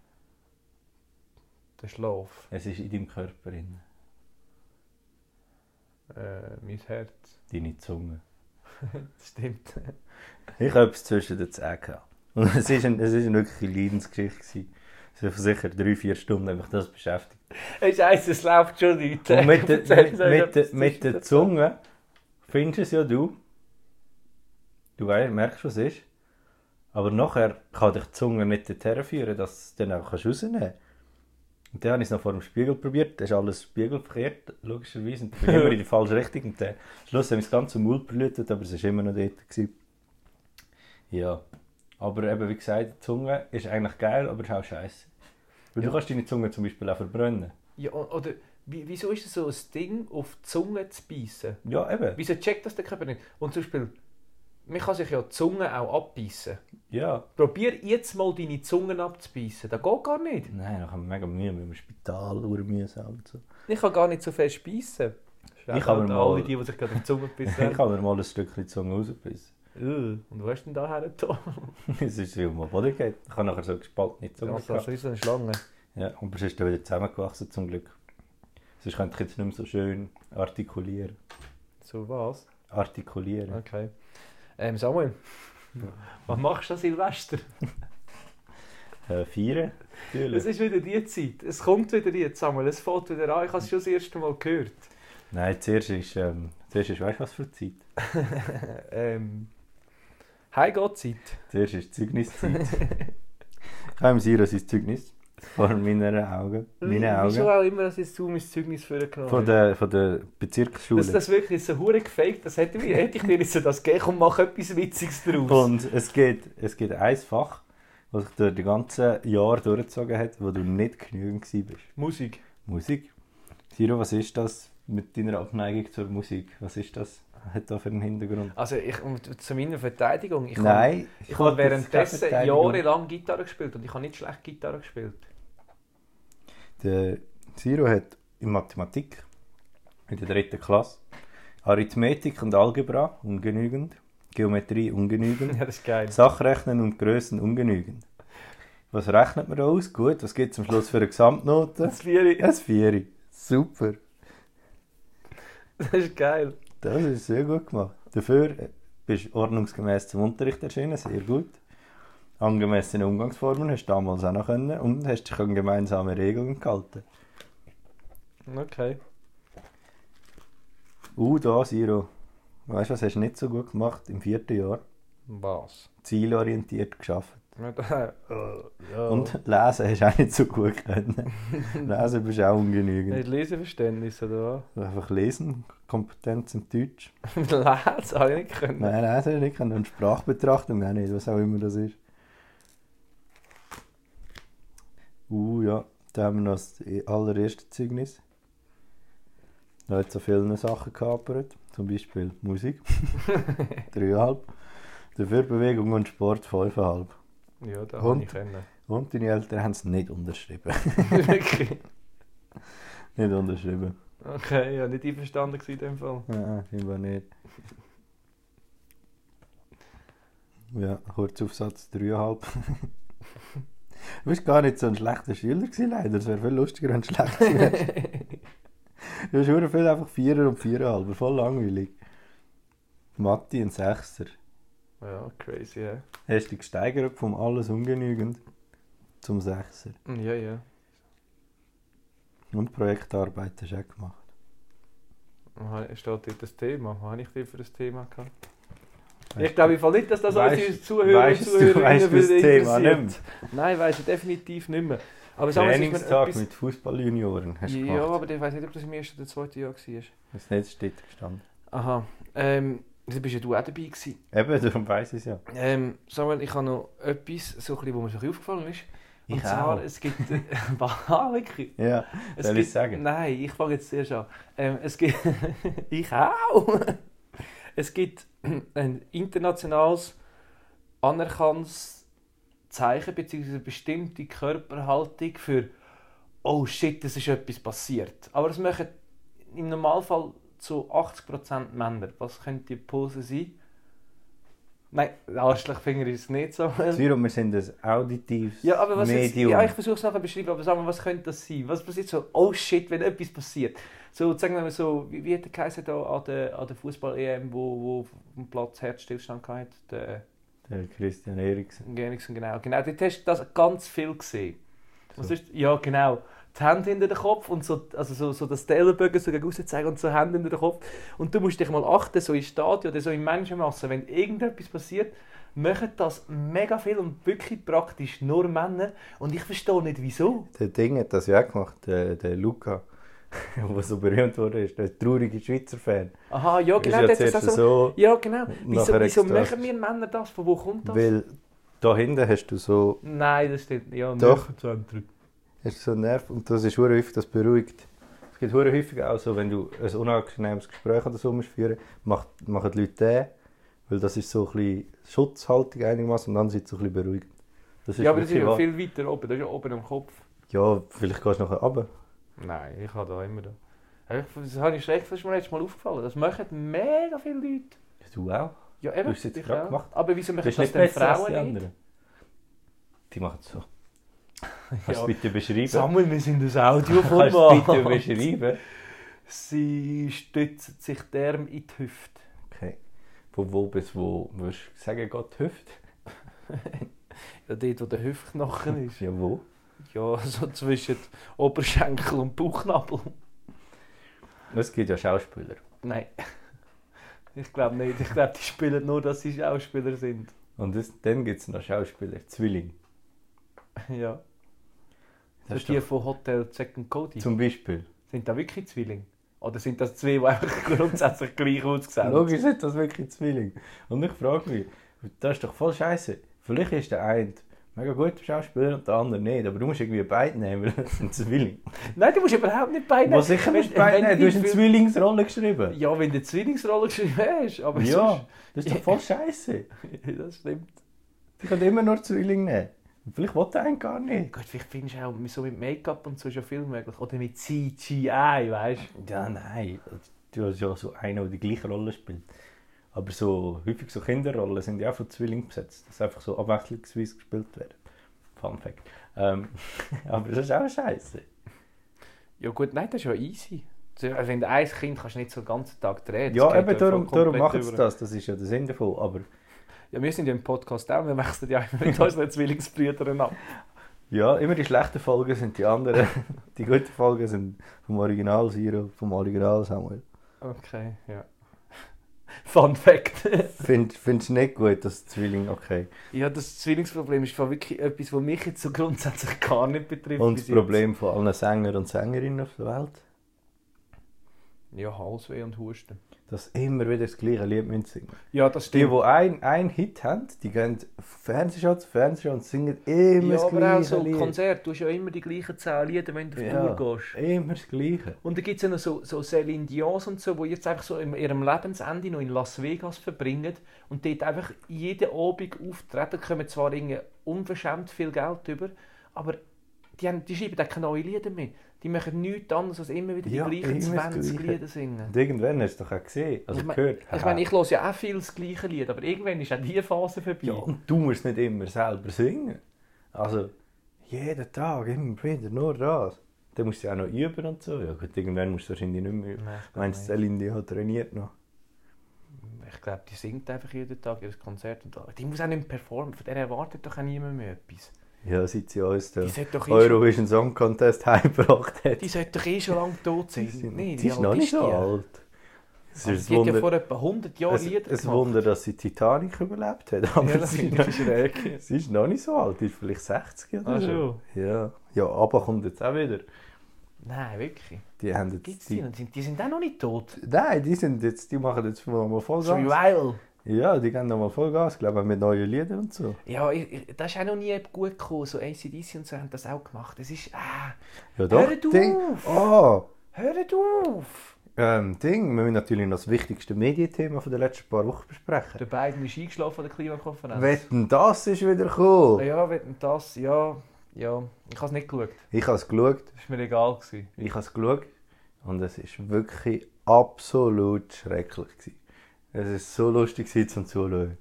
B: Der Schlaf.
A: Es ist in deinem Körper drin.
B: Äh, mein Herz.
A: Deine Zunge.
B: Das stimmt.
A: Ich habe es zwischen den Zähnen gehabt. <laughs> Und es war eine, es ist eine wirkliche Leidensgeschichte. gewesen. Es hat sicher drei, vier Stunden habe mich das beschäftigt.
B: <laughs> Hey, Scheiße, es läuft schon nicht.
A: Und mit, der-
B: <laughs> Erzähl
A: mit,
B: euch
A: mit,
B: etwas
A: der- mit der
B: zwischen-
A: Zunge findest du es ja du. Du weißt, merkst, was es ist. Aber nachher kann dich die Zunge nicht dorthin führen, dass du es dann auch kannst rausnehmen kannst. Und dann habe ich es noch vor dem Spiegel probiert. Da ist alles spiegelverkehrt, logischerweise. Und ich bin immer in die falsche Richtung. Und dann, am Schluss haben wir das ganze Mund blutet, aber es war immer noch dort. Gewesen. Ja. Aber eben, wie gesagt, die Zunge ist eigentlich geil, aber ist auch scheiße. Weil
B: Ja.
A: du kannst deine Zunge zum Beispiel auch verbrennen.
B: Ja, o- oder wie- wieso ist es so ein Ding, auf die Zunge zu beißen?
A: Ja, eben.
B: Wieso checkt das der Körper nicht? Und zum Beispiel, man kann sich ja die Zunge auch abbeißen.
A: Ja.
B: Probier jetzt mal deine Zunge abzubeißen. Das geht gar nicht.
A: Nein, da haben wir mega Mühe mit dem Spital, urmühsam und so.
B: Ich kann gar nicht so fest beißen.
A: Ich habe mir mal-
B: Alle die, die sich gerade auf
A: <laughs>
B: die Zunge
A: Ich
B: gebissen haben.
A: kann mir mal ein Stückchen Zunge rausbissen.
B: Äh, Und wo hast du denn da her, Tom?
A: <laughs> Es ist wie auf den Boden geht. Ich habe nachher so gespaltene Zunge
B: Das ist
A: gehabt.
B: wie so eine Schlange.
A: Ja, und es ist dann wieder zusammengewachsen zum Glück. Sonst könnte ich jetzt nicht mehr so schön artikulieren.
B: So was?
A: Artikulieren.
B: Okay. Ähm, Samuel, <laughs> was machst du an Silvester?
A: Äh, feiern,
B: Es
A: natürlich.
B: ist wieder die Zeit. Es kommt wieder die Zeit, Samuel. Es fällt wieder an. Ich habe es schon das erste Mal gehört.
A: Nein, zuerst ist, ähm, zuerst ist, weißt du was für Zeit?
B: ähm, Heimgehzeit.
A: Zuerst ist Zeugniszeit.
B: <laughs>
A: ich habe im Siro sein Zeugnis. Vor meinen Augen. Meinen
B: Äh, Wieso
A: Augen.
B: auch immer, dass jetzt du mein Zeugnis vorgenommen
A: Von
B: hast.
A: der, von der Bezirksschule.
B: Dass das wirklich so hure gefaked das hätte, mir, hätte ich dir jetzt so das gegeben und mach etwas Witziges draus.
A: Und es gibt, es gibt ein Fach, das sich durch die ganzen Jahre durchgezogen hat, wo du nicht genügend gewesen bist.
B: Musik.
A: Musik. Siro, was ist das mit deiner Abneigung zur Musik? Was ist das? Hat da für einen Hintergrund?
B: Also ich, und zu meiner Verteidigung, ich habe
A: Nein,
B: ich
A: wollte
B: habe
A: jetzt
B: währenddessen
A: keine Verteidigung.
B: jahrelang Gitarre gespielt und ich habe nicht schlecht Gitarre gespielt.
A: Der Siro hat in Mathematik in der dritten Klasse Arithmetik und Algebra ungenügend, Geometrie ungenügend,
B: Ja, das ist geil.
A: Sachrechnen und Größen ungenügend. Was rechnet man da aus? Gut, was gibt es am Schluss für eine Gesamtnote?
B: Das Lied,
A: Ein Vieri. Super.
B: das ist geil.
A: Das ist sehr gut gemacht. Dafür äh, bist du ordnungsgemäß zum Unterricht erschienen. Sehr gut. Angemessene Umgangsformen hast du damals auch noch können und hast dich an gemeinsame Regeln gehalten.
B: Okay.
A: Uh, da, Siro. Weißt du, was hast du nicht so gut gemacht im vierten Jahr?
B: Was?
A: Zielorientiert geschafft. äh,
B: ja.
A: Und lesen hast du auch nicht so gut <laughs> können. lesen bist du auch ungenügend.
B: Nicht Leseverständnis, oder
A: Einfach lesen, Kompetenz im Deutsch.
B: <laughs> was? Lesen habe ich nicht können.
A: Nein, lesen hast du nicht können. Und Sprachbetrachtung auch nicht, was auch immer das ist. Uh, ja, da haben wir noch das allererste Zeugnis. Da hat es so viele Sachen gehapert. Zum Beispiel Musik. Dreieinhalb. Dafür Bewegung und Sport fünfeinhalb.
B: Ja, da
A: Und?
B: habe ich können.
A: Und deine Eltern haben es nicht unterschrieben.
B: Wirklich?
A: nicht unterschrieben.
B: okay, ja, nicht einverstanden gewesen in dem Fall.
A: Nein, scheinbar nicht. Ja, Kurzaufsatz 3,5. du bist gar nicht so ein schlechter Schüler gewesen, leider. Es wäre viel lustiger, wenn du schlecht wärst. du hast verdammt viel einfach 4er und 4,5. Voll langweilig. Mathe ein 6er.
B: Ja, crazy, ja.
A: Hast dich gesteigert vom alles ungenügend zum 6er.
B: Mm, Ja, ja.
A: Und Projektarbeit hast du auch gemacht.
B: Aha, Steht dort das Thema? Was habe ich dir für ein Thema gehabt?
A: Weißt
B: ich glaube im Fall nicht, dass das alles
A: Weißt-
B: unsere Zuhörer und
A: weißt du, weißt
B: Zuhörerinnen
A: du das
B: würde
A: Thema nicht
B: interessieren. Nein, weiss ich definitiv nicht mehr. Aber sag mal, es ist mir
A: Trainingstag
B: etwas-
A: mit Fußballjunioren hast du
B: Ja,
A: gemacht.
B: aber ich weiss nicht, ob das im ersten oder zweiten Jahr war.
A: Das Netz steht gestanden.
B: Aha. Ähm, da bist ja du auch dabei gewesen.
A: Eben, <laughs> darum weiss ich es ja.
B: Ähm, Samuel, ich habe noch etwas, so ein bisschen, wo mir so ein bisschen aufgefallen ist. Und zwar, es gibt... <laughs> Was? Wirklich?
A: Ja,
B: Es
A: Soll
B: gibt,
A: ich's sagen?
B: Nein, ich fange jetzt erst an. Ähm, es gibt, <laughs> ich auch. <laughs> Es gibt ein internationales anerkanntes Zeichen bzw. bestimmte Körperhaltung für «Oh shit, es ist etwas passiert». Aber das machen im Normalfall zu 80% Männer. Was könnte die Pose sein? Nein, Arschlochfinger ist es nicht so.
A: Zero, wir sind ein auditives
B: Ähm. Ja, aber was jetzt,
A: Medium.
B: ja, ich versuche es nachher zu beschreiben, aber sag mal, was könnte das sein? Was passiert so, oh shit, wenn etwas passiert? So, sagen wir mal so, wie, wie hat der Kaiser da an der, an der Fußball-EM, wo, wo auf dem Platz Herzstillstand hatte? Der
A: Der Christian Eriksen.
B: Eriksen, genau. Genau, dort hast du das ganz viel gesehen. Und
A: So.
B: sonst, ja, genau. Die Hände hinter den Kopf und so, also so, so das Ellenbogen so gegen aussen zeigen und so Hände hinter den Kopf. Und du musst dich mal achten, so im Stadion oder so in Menschenmassen, wenn irgendetwas passiert, machen das mega viel und wirklich praktisch nur Männer. Und ich verstehe nicht, wieso.
A: Der Ding hat das ja auch gemacht, der, der Luca, <laughs> der so berühmt wurde, ist der traurige Schweizer Fan.
B: Aha, ja, genau.
A: ist ja
B: das ist
A: zuerst
B: auch so-
A: so,
B: ja, genau. Wieso,
A: nachher
B: wieso
A: extra-
B: machen wir Männer das? Von wo kommt das?
A: weil da hinten hast du so,
B: Nein, das stimmt. nicht. Ja,
A: Doch.
B: Zentrum.
A: hast du so einen Nerv und das ist sehr häufig, das beruhigt. Es gibt sehr häufig auch so, wenn du ein unangenehmes Gespräch oder so musst führen macht, machen die Leute den, weil das ist so ein bisschen Schutzhaltung einigermaßen und dann sind sie so ein bisschen beruhigt. Das
B: Ja, aber das ist
A: wirklich
B: ja
A: wahr.
B: viel weiter oben. Das ist ja oben am Kopf.
A: Ja, vielleicht gehst du nachher runter.
B: Nein, ich habe da immer da. Ich, das habe ich schlecht, das ist mir letztes Mal aufgefallen. Das machen mega viele Leute.
A: Du auch.
B: Ja, eben.
A: Du hast es jetzt
B: ich
A: gerade
B: auch.
A: gemacht.
B: Aber wieso machen
A: Das
B: das,
A: ist nicht
B: denn
A: besser als
B: Frauen
A: die
B: nicht?
A: anderen. Die machen es so. Kannst du es bitte beschreiben?
B: Samuel, wir sind das
A: Kannst du es bitte
B: Audioformat.
A: beschreiben?
B: Sie stützen sich die Arme in die Hüfte.
A: Okay. Von wo bis wo? Würdest du sagen, Gott Hüfte?
B: Ja, dort, wo der Hüftknochen ist.
A: Ja, wo?
B: <laughs> Ja, so zwischen Oberschenkel und Bauchnabel.
A: Es gibt ja Schauspieler.
B: <laughs> Nein. Ich glaube nicht. Ich glaube, die spielen nur, dass sie Schauspieler sind.
A: Und das, dann gibt es noch Schauspieler, Zwilling.
B: <laughs> Ja.
A: Das
B: Das
A: ist
B: die
A: doch,
B: von Hotel Jack and Cody.
A: zum Beispiel.
B: Sind da wirklich Zwillinge? Oder sind das zwei, die einfach <laughs> grundsätzlich gleich aussehen?
A: Logisch ist das wirklich Zwilling. Und ich frage mich, das ist doch voll scheiße. Vielleicht ist der eine mega guter Schauspieler und der andere nicht. Aber du musst irgendwie beide nehmen, weil das sind Zwilling.
B: Nein, du musst überhaupt nicht beide
A: Was sicher
B: Wenn-
A: musst du beide
B: wenn
A: nehmen. Du hast
B: die
A: eine
B: Film-
A: Zwillingsrolle geschrieben.
B: Ja, wenn du eine Zwillingsrolle geschrieben hast. Aber
A: Ja, das ist doch voll scheiße.
B: sonst, <laughs> das stimmt.
A: Die können immer nur Zwilling nehmen. Vielleicht will der einen gar nicht.
B: Gut, vielleicht findest du auch so mit Make-up und so ist ja viel möglich. Oder mit CGI, weißt du?
A: Ja, nein. Du hast ja so einen, der die gleiche Rolle spielt. Aber so häufig so Kinderrollen sind ja auch von Zwillingen besetzt, dass einfach so abwechslungsweise gespielt werden. Fun Fact. Ähm, <laughs> aber das ist auch scheiße.
B: Ja gut, nein, das ist ja easy. Also, Wenn du ein Kind kannst du nicht so den ganzen Tag drehen. Das
A: Ja,
B: geht
A: eben darum,
B: voll
A: darum
B: komplett
A: machen sie
B: über.
A: das. Das ist ja der Sinn davon. Aber
B: Ja, wir sind ja im Podcast auch, wir wechseln ja
A: <laughs>
B: immer mit unseren Zwillingsbrüdern ab.
A: ja, immer die schlechten Folgen sind die anderen. <laughs> Die guten Folgen sind vom Original Zero, vom Original Samuel.
B: Okay, ja. <laughs> Fun Fact.
A: Find- Findest du nicht gut, dass Zwilling, okay.
B: Ja, das Zwillingsproblem ist voll wirklich etwas, was mich jetzt so grundsätzlich gar nicht betrifft.
A: Und
B: bis
A: das Problem von allen Sängern und Sängerinnen auf der Welt,
B: jetzt. Ja, Halsweh und Husten.
A: dass immer wieder das gleiche Lied müssen singen
B: Ja, das
A: Die,
B: stimmt.
A: die ein- einen Hit haben, die gehen Fernsehshow zu Fernsehshow und singen immer
B: ja,
A: das
B: aber auch
A: gleiche
B: so
A: Lied.
B: Konzert, du hast ja immer die gleichen zehn Lieder, wenn du auf
A: Ja.
B: die Tour gehst.
A: Immer das gleiche.
B: Und da gibt es ja noch so, so Celine Dions und so, die jetzt einfach so in ihrem Lebensende noch in Las Vegas verbringen und dort einfach jeden Abend auftreten, kommen zwar irgendwie unverschämt viel Geld über, aber die, haben, die schreiben auch keine neuen Lieder mehr. Die machen nichts anderes, als immer wieder die
A: Ja,
B: gleichen
A: immer das
B: 20
A: Gleiche.
B: Lieder singen.
A: Und irgendwann hast du doch auch gesehen, also
B: Ich mein-
A: gehört.
B: Ich meine, ich höre ja auch viel das gleiche Lied, aber irgendwann ist auch diese Phase vorbei.
A: ja, und du musst nicht immer selber singen. Also, jeden Tag, immer wieder, nur das. Dann musst du ja auch noch üben und so. Ja gut, irgendwann musst du wahrscheinlich nicht mehr üben.
B: Nein,
A: Ich meine, Celine die hat trainiert noch.
B: ich glaube, die singt einfach jeden Tag ihr Konzert und alles. Die muss auch nicht mehr performen, von der erwartet doch auch niemand mehr etwas.
A: Ja, seit sie uns da
B: Die sollte doch, eh schon,
A: Eurovision Song Contest <laughs> heimgebracht hat.
B: die sollte doch eh schon lange tot sein.
A: Sie
B: Nee,
A: ist
B: alt
A: noch nicht so
B: die?
A: alt. Es
B: Also,
A: ist
B: die
A: ein
B: hat ja
A: Wunder,
B: vor etwa 100 Jahren
A: es,
B: Lieder
A: es
B: gemacht.
A: Wunder, dass sie Titanic überlebt hat. Aber
B: Ja, das
A: sie,
B: finde
A: ist
B: ich
A: noch,
B: schräg.
A: sie ist noch nicht so alt, sie ist vielleicht 60 oder
B: Ah,
A: so.
B: schon?
A: Ja. ja, aber kommt jetzt auch wieder.
B: Nein, wirklich.
A: Die haben jetzt
B: Gibt's die?
A: die,
B: noch? Die, die sind auch noch nicht tot.
A: Nein, die sind jetzt, die machen jetzt nochmal Vollgas.
B: Revival.
A: Ja, die gehen nochmal Vollgas, glaube ich, mit neuen Liedern und so.
B: Ja, ich, ich, das ist auch noch nie gut gekommen. So ACDC und so haben das auch gemacht. Das ist... Ah,
A: Ja, doch.
B: Hört auf!
A: Ding. Oh,
B: hört auf!
A: ähm, Ding, wir müssen natürlich noch das wichtigste Medienthema von den letzten paar Wochen besprechen.
B: Der Biden ist eingeschlafen an der Klimakonferenz.
A: Wetten, das ist wieder gekommen.
B: Ja, wenn das, ja, ja. Ich habe es nicht geschaut.
A: Ich habe es geschaut.
B: Das war mir egal. Gewesen. <laughs>
A: Ich habe es geschaut und es ist wirklich absolut schrecklich. Gewesen. Es war so lustig gewesen zum Zuschauen.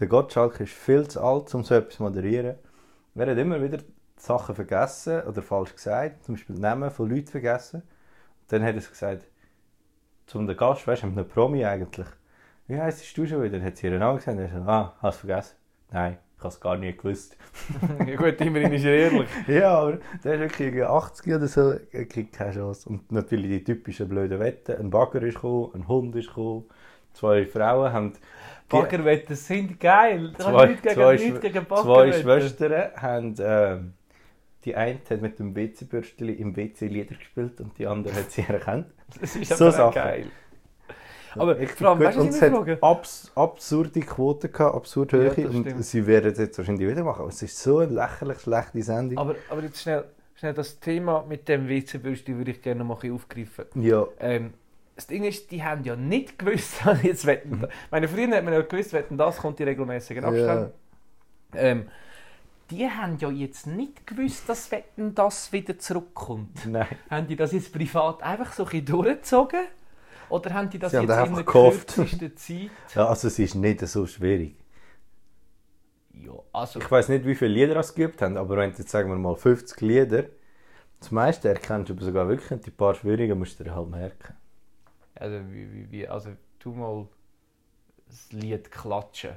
A: Der Gottschalk ist viel zu alt, um so etwas zu moderieren. Er hat immer wieder Sachen vergessen oder falsch gesagt, zum Beispiel Namen von Leuten vergessen. Dann hat er es gesagt, zum den Gast, weißt du, mit einem Promi eigentlich. Wie heisst du schon wieder? Dann hat sie ihren Namen gesagt und er hat gesagt, ah, hast du vergessen? Nein, ich habe es gar nicht gewusst.
B: ja gut, immerhin ist er ehrlich.
A: <laughs> Ja, aber der ist wirklich irgendwie 80 oder so, er kriegt keine Chance. Und natürlich die typischen blöden Wetten. Ein Bagger ist gekommen, ein Hund ist gekommen, zwei Frauen haben...
B: Baggerwetten sind geil. Da
A: Zwei-
B: habe ich nichts gegen,
A: zwei
B: nichts
A: Schwe-
B: gegen
A: Zwei
B: Baggerwetten.
A: Schwestern haben... ähm, die eine hat mit dem WC-Bürstchen im WC Lieder gespielt und die andere hat sie erkannt.
B: Das ist
A: So
B: aber
A: Sachen.
B: auch geil. <laughs> Aber
A: Richtig
B: vor allem,
A: gut.
B: weißt du,
A: und
B: was
A: es
B: ich mich frage?
A: hat abs absurde Quoten gehabt, absurd
B: Ja,
A: hohe.
B: das
A: und
B: stimmt.
A: sie werden es jetzt wahrscheinlich wieder machen. Aber es ist so eine lächerlich schlechte Sendung.
B: Aber, aber jetzt schnell, schnell das Thema mit dem WC-Bürste würde ich gerne noch mal ein bisschen aufgreifen.
A: ja,
B: Ähm, das Ding ist, die haben ja nicht gewusst, <laughs> dass jetzt wetten. da- Meine Freunde hat man ja gewusst, wetten das kommt die regelmäßigen
A: Ja.
B: Abstände. Ähm, die haben ja jetzt nicht gewusst, dass wetten das wieder zurückkommt.
A: nein.
B: Haben die das jetzt privat einfach so ein bisschen durchgezogen? Oder haben die das
A: Sie haben
B: jetzt in
A: einfach
B: der
A: gehofft.
B: kürzesten Zeit?
A: Ja, also es ist nicht so schwierig.
B: Ja, also
A: Ich weiß nicht, wie viele Lieder es gibt haben, aber wenn du jetzt sagen wir mal 50 Lieder, das meiste erkennst du aber sogar wirklich und die paar schwierigen musst du dir halt merken.
B: Also, wie, wie, wie, also tu mal das Lied klatschen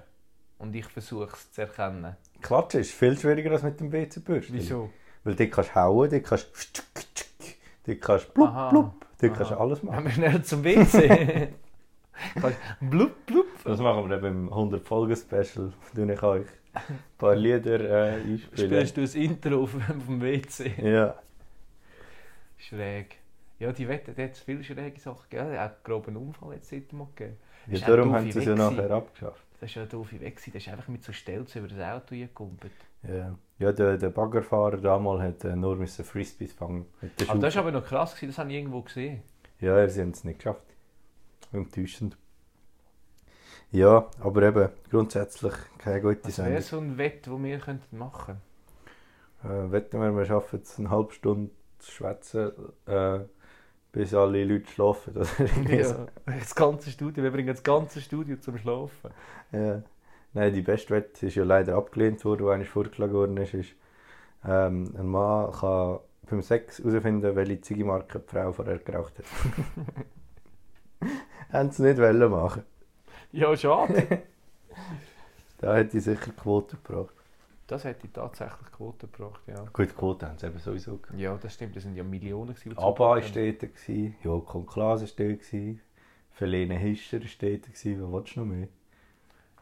B: und ich versuche es zu erkennen.
A: Klatschen ist viel schwieriger als mit dem WC-Bürstchen. Weil die kannst du hauen, die kannst du die kannst du blub,
B: Aha.
A: blub, die kannst du alles machen.
B: Wenn wir schnell zum
A: <laughs>
B: WC. Kannst- blub, blub.
A: Das machen wir eben im <laughs> 100-Folgen-Special. Dann ich euch ein paar Lieder äh, einspielen.
B: Spielst du das Intro auf, auf dem WC?
A: Ja.
B: Schräg. Ja, die Wette, die hat viele schräge Sachen gegeben. Ja, Auch einen groben Unfall jetzt seit mal gegeben.
A: ja,
B: Ist auch
A: darum
B: doof,
A: haben sie es ja
B: wie
A: nachher abgeschafft.
B: Das ist ja doof weg gewesen. Der ist einfach mit so Stelz über das Auto gekumpelt.
A: Ja, ja der, der Baggerfahrer damals hat äh, nur müssen Frisbees fangen. Mit der
B: Aber Ah, das
A: Schuhe.
B: war aber noch krass, gewesen, das habe ich irgendwo gesehen.
A: Ja, ja, sie haben es nicht geschafft. Enttäuschend. Ja, aber eben grundsätzlich keine gute
B: Das
A: Sendung.
B: wäre so ein Wett, das wir könnten machen könnten.
A: Äh, wetten wir, wir schaffen es eine halbe Stunde zu schwätzen, äh, bis alle Leute schlafen. <laughs> Das ist irgendwie so.
B: <laughs> Ja, das ganze Studio, wir bringen das ganze Studio zum Schlafen.
A: Ja. Nein, die Bestwette ist ja leider abgelehnt worden, wo eigentlich vorgeschlagen worden ist. ist ähm, ein Mann kann beim Sex herausfinden, welche Ziegemarke die Frau vorher geraucht hat. Haben sie nicht wollen machen.
B: Ja, schade.
A: Da hätte ich sicher Quote gebracht.
B: Das hätte tatsächlich Quote gebracht, ja.
A: Gut, Quote haben sie eben sowieso gehabt.
B: Ja, das stimmt, das sind ja Millionen. Gewesen, die
A: ABBA war
B: zugehört haben.
A: dort, gewesen, Joko und Klaas war dort, gewesen, Verlene Hischer war dort. gewesen. Was willst du noch mehr?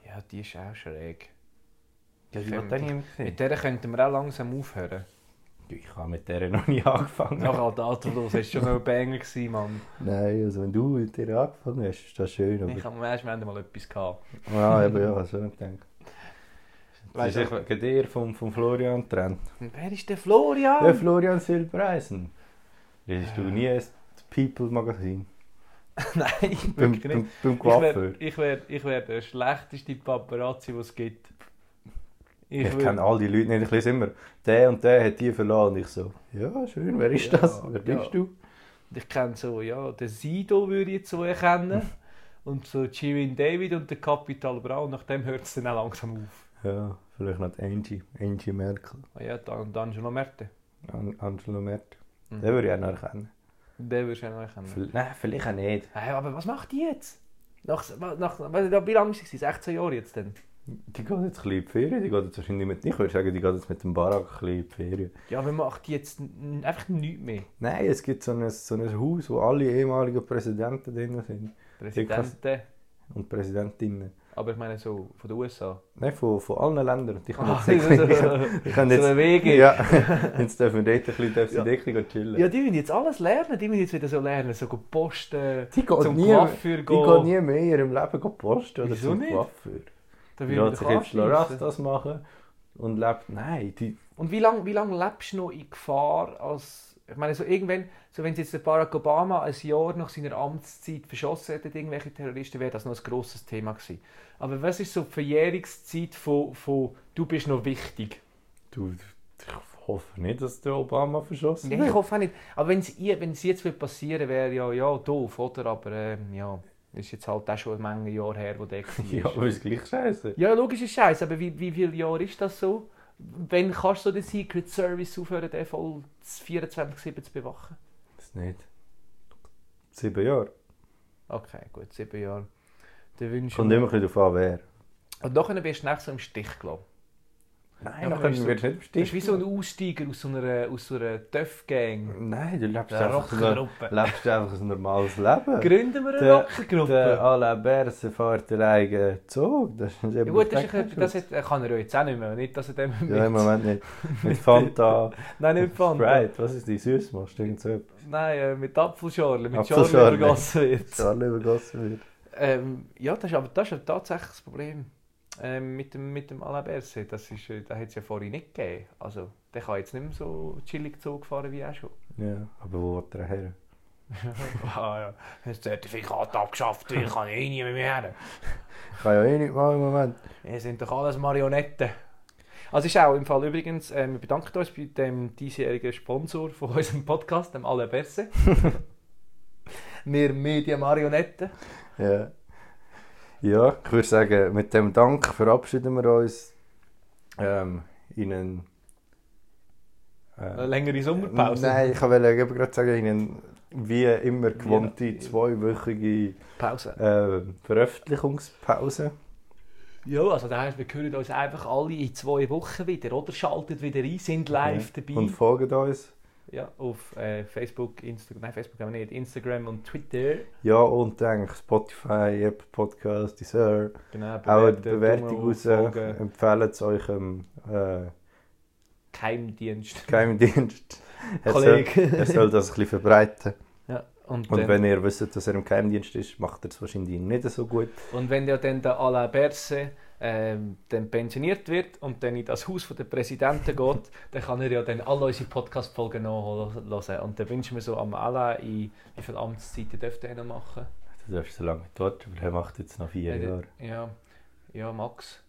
B: Ja, die ist auch schräg.
A: Ja,
B: die will ich Mit der könnten wir auch langsam <laughs> aufhören.
A: Ich habe mit der noch nie <laughs> angefangen.
B: Nach all der Atemlos, das war schon noch ein Banger, gewesen, Mann.
A: Nein, also wenn du mit der angefangen hast, ist das schön. Aber
B: Ich habe erst mal mal etwas gehabt.
A: Ja, eben, ja, so nicht gedacht. Das
B: Weißt
A: ist
B: du,
A: echt wegen dir vom, vom Florian getrennt.
B: wer ist der
A: Der
B: <laughs> Florian?
A: Florian Silbereisen. Lesest du nie ein People Magazin?
B: Nein,
A: Beim,
B: wirklich nicht.
A: beim, beim
B: Ich wäre
A: Coiffeur.
B: ich wär, ich wär der schlechteste Paparazzi, den es gibt.
A: Ich,
B: würd-
A: kenne all die Leute nicht. Ich lese immer, der und der hat die verloren. Und ich so, ja, schön, wer ist
B: Ja,
A: das? Wer
B: ja.
A: bist du?
B: Ich kenne so, ja, den Sido würde ich jetzt
A: <laughs>
B: so erkennen. und so Jimin David und den Capital Bra. Und nach dem hört es dann auch langsam auf.
A: Ja, vielleicht noch die Angie. Angie Merkel.
B: Ah ja, dann, dann Angelo Merte.
A: An Angelo Merkel.
B: Mhm.
A: Den würde ich auch noch erkennen.
B: Den würdest du auch noch erkennen.
A: Vielleicht- Nein, vielleicht auch nicht.
B: Hey, aber was macht die jetzt? Nach, nach, nach, wie lange ist es? 16 Jahre jetzt denn?
A: Die geht jetzt ein bisschen in die Ferien. Die geht jetzt wahrscheinlich mit... Ich würde sagen, die geht jetzt mit dem Barack ein bisschen in die Ferien.
B: Ja, wir macht die jetzt n- einfach nichts mehr.
A: Nein, es gibt so ein, so ein Haus, wo alle ehemaligen Präsidenten drin sind.
B: Präsidenten.
A: Und Präsidentinnen.
B: Aber ich meine so von den USA.
A: Nein, von, von allen Ländern. Die können
B: Ah, also,
A: jetzt,
B: so, <laughs> so,
A: die
B: so,
A: können, <laughs> die können
B: so
A: jetzt,
B: eine Wege.
A: ja, <laughs> jetzt dürfen wir dort ein bisschen, dürfen sie
B: Ja.
A: dort ein bisschen chillen.
B: Ja, die müssen jetzt alles lernen. Die müssen jetzt wieder so lernen. So go posten,
A: die geht
B: zum
A: nie,
B: Coiffeur
A: die geht nie mehr in ihrem Leben go posten oder
B: Wieso
A: zum
B: nicht?
A: Coiffeur.
B: Da
A: Die
B: würden wir
A: lässt
B: doch
A: sich jetzt
B: anschliessen.
A: Rastas machen und lebt... Nein, die...
B: Und wie lange wie lang lebst du noch in Gefahr als. Ich meine, so irgendwann, so wenn jetzt der Barack Obama ein Jahr nach seiner Amtszeit verschossen hätte, irgendwelche Terroristen, wäre das noch ein grosses Thema gewesen. Aber was ist so die Verjährungszeit von, von du bist noch wichtig?
A: Du... Ich hoffe nicht, dass der Obama verschossen
B: Ich
A: wird.
B: hoffe auch nicht. Aber wenn es jetzt wird passieren wäre ja, ja doof, oder? Aber ähm, ja, ist jetzt halt auch schon eine Menge Jahre her, wo der
A: Ja,
B: war.
A: aber ist gleich scheiße.
B: ja, logisch ist scheiße, aber wie, wie viele Jahre ist das so? Wenn kannst du so den Secret Service aufhören, den voll 24-7 zu bewachen?
A: Das nicht. Sieben Jahre.
B: Okay, gut, sieben Jahre. Dann wünsche
A: Kommt
B: ich
A: immer ein bisschen darauf an, wer.
B: Und nachher wirst du nachher so im Stich gelassen.
A: Nein,
B: nachher
A: dann
B: ist so-
A: wirst du nicht
B: Du bist wie
A: bestimmt.
B: so ein Aussteiger aus so einer, aus so einer Töff-Gang.
A: Nein, du lebst
B: Eine
A: einfach, so,
B: Rockgruppe.
A: lebst einfach ein normales Leben.
B: Gründen wir eine
A: Der- Der
B: Rockgruppe?
A: Alain Berse fährt den eigenen Zug. Das ist eben
B: Ja, gut, das, ist,
A: kein
B: ein- das
A: Schutz.
B: hat, kann er ja jetzt auch nicht mehr. Nicht, dass er dem
A: Ja, im Moment nicht. Mit Fanta,
B: Nein, nicht
A: mit
B: Pfand.
A: Sprite, was ist die süß machst? Irgend so etwas.
B: Nein, äh, mit Apfelschorle, mit
A: Apfelschorle.
B: Schorle übergossen wird.
A: Charlie übergossen wird.
B: Ähm, ja, das ist aber das ist ja tatsächlich das Problem ähm, mit dem, mit dem Alaberse. Das, ist, äh, das hat es ja vorher nicht gegeben. Also, der kann jetzt nicht mehr so chillig Zug fahren wie auch schon. <laughs>
A: Ja, aber wo will er her?
B: ah, ja. Das Zertifikat abgeschafft, ich kann eh nie mehr her.
A: Kann ja eh nicht mal im Moment.
B: Wir sind doch alles Marionetten. Also ist auch im Fall übrigens, äh, wir bedanken uns bei dem diesjährigen Sponsor von <laughs> unserem Podcast, dem Alle Berse. <laughs> wir Medien-Marionetten.
A: Ja. ja, ich würde sagen, mit dem Dank verabschieden wir uns ähm, in einen.
B: Eine
A: Äh,
B: längere Sommerpause.
A: nein, ich wollte eben gerade sagen, in einen wie immer gewohnte zweiwöchige
B: Pause.
A: äh, Veröffentlichungspause.
B: Ja, also das heisst, wir hören uns einfach alle in zwei Wochen wieder, oder? Schaltet wieder ein, sind live
A: Ja.
B: dabei.
A: Und folgt uns.
B: ja, auf äh, Facebook, Instagram, nein, Facebook haben wir nicht, Instagram und Twitter.
A: Ja, und denke, Spotify, Apple Podcast, Deezer.
B: Genau,
A: Auch eine
B: bewerten,
A: Bewertung
B: Daumen
A: raus. äh,
B: hoch, folgen.
A: Empfehlen es euch im äh,
B: Geheimdienst.
A: Geheimdienst. <laughs> Er soll, er
B: Kollege.
A: soll das ein bisschen verbreiten. <laughs>
B: ja, und,
A: Und
B: dann,
A: wenn ihr wisst, dass er im Geheimdienst ist, macht er es wahrscheinlich nicht so gut.
B: Und wenn ja dann der Alain Berse ähm, dann pensioniert wird und dann in das Haus von der Präsidenten geht, <laughs> dann kann er ja dann alle unsere Podcast-Folgen nachhören. Und dann wünschen wir so am Alain, in, wie viele Amtszeiten dürfte er noch machen?
A: Du darfst so lange nicht warten, weil er macht jetzt noch vier
B: Äh, der-
A: Jahre.
B: Ja, ja Max.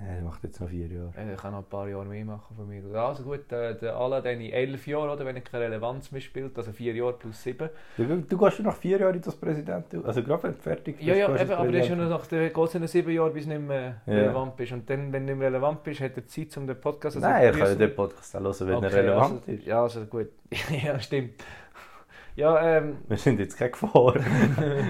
A: Er macht jetzt noch vier Jahre.
B: Äh, Er kann noch ein paar Jahre mehr machen von mir. aus. Also gut, der, der Alain dann in elf Jahren, oder, wenn er keine Relevanz mehr spielt, also vier Jahre plus sieben.
A: Du, du gehst schon nach vier Jahren in das Präsident. Also gerade wenn du fertig bist,
B: Ja, ja,
A: gehst du ins
B: eben, aber das ist ja
A: Präsident.
B: nur noch, der geht ja noch sieben Jahre, bis du nicht mehr
A: Ja.
B: relevant bist. Und dann, wenn du nicht mehr relevant bist, hat er Zeit, um den Podcast zu
A: Nein, er kann ja den Podcast auch hören, wenn er relevant
B: also,
A: ist.
B: Ja, also gut. <laughs> ja, stimmt. Ja, ähm,
A: Wir sind jetzt keine <laughs> Gefahr.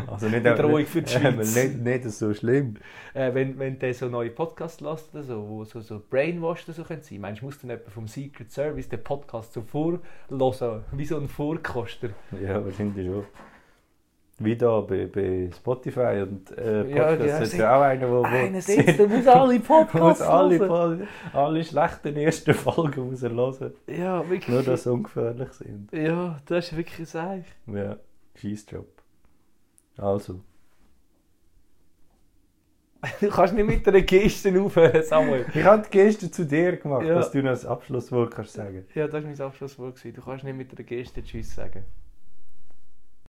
A: also nicht
B: Bedrohung für
A: <laughs>
B: die
A: Ähm,
B: Schweiz.
A: Nicht, nicht so schlimm.
B: äh, wenn, wenn der so neue Podcasts lässt oder so, wo so, so brainwashed oder so können sein, meinst du, muss dann jemand vom Secret Service den Podcast so vorhören, wie so ein Vorkoster.
A: Ja, wahrscheinlich schon. Wie da bei, bei Spotify und äh,
B: Ja,
A: Podcasts
B: ja,
A: ja, ist
B: sie-
A: ja auch einer, wo, wo <laughs>
B: Einerseits, der muss alle
A: muss
B: Podcasts
A: alle,
B: hören.
A: Fol- alle schlechten ersten Folgen muss er hören.
B: Ja, wirklich.
A: Nur, dass sie ungefährlich sind.
B: Ja, das ist wirklich ein Seich.
A: Ja, Scheissjob. Also,
B: <laughs> Du kannst nicht mit einer Geste aufhören, Samuel.
A: ich habe die Geste zu dir gemacht,
B: Ja.
A: dass du noch ein Abschlusswort kannst sagen.
B: Ja, das war mein Abschlusswort. gewesen. Du kannst nicht mit einer Geste Tschüss sagen.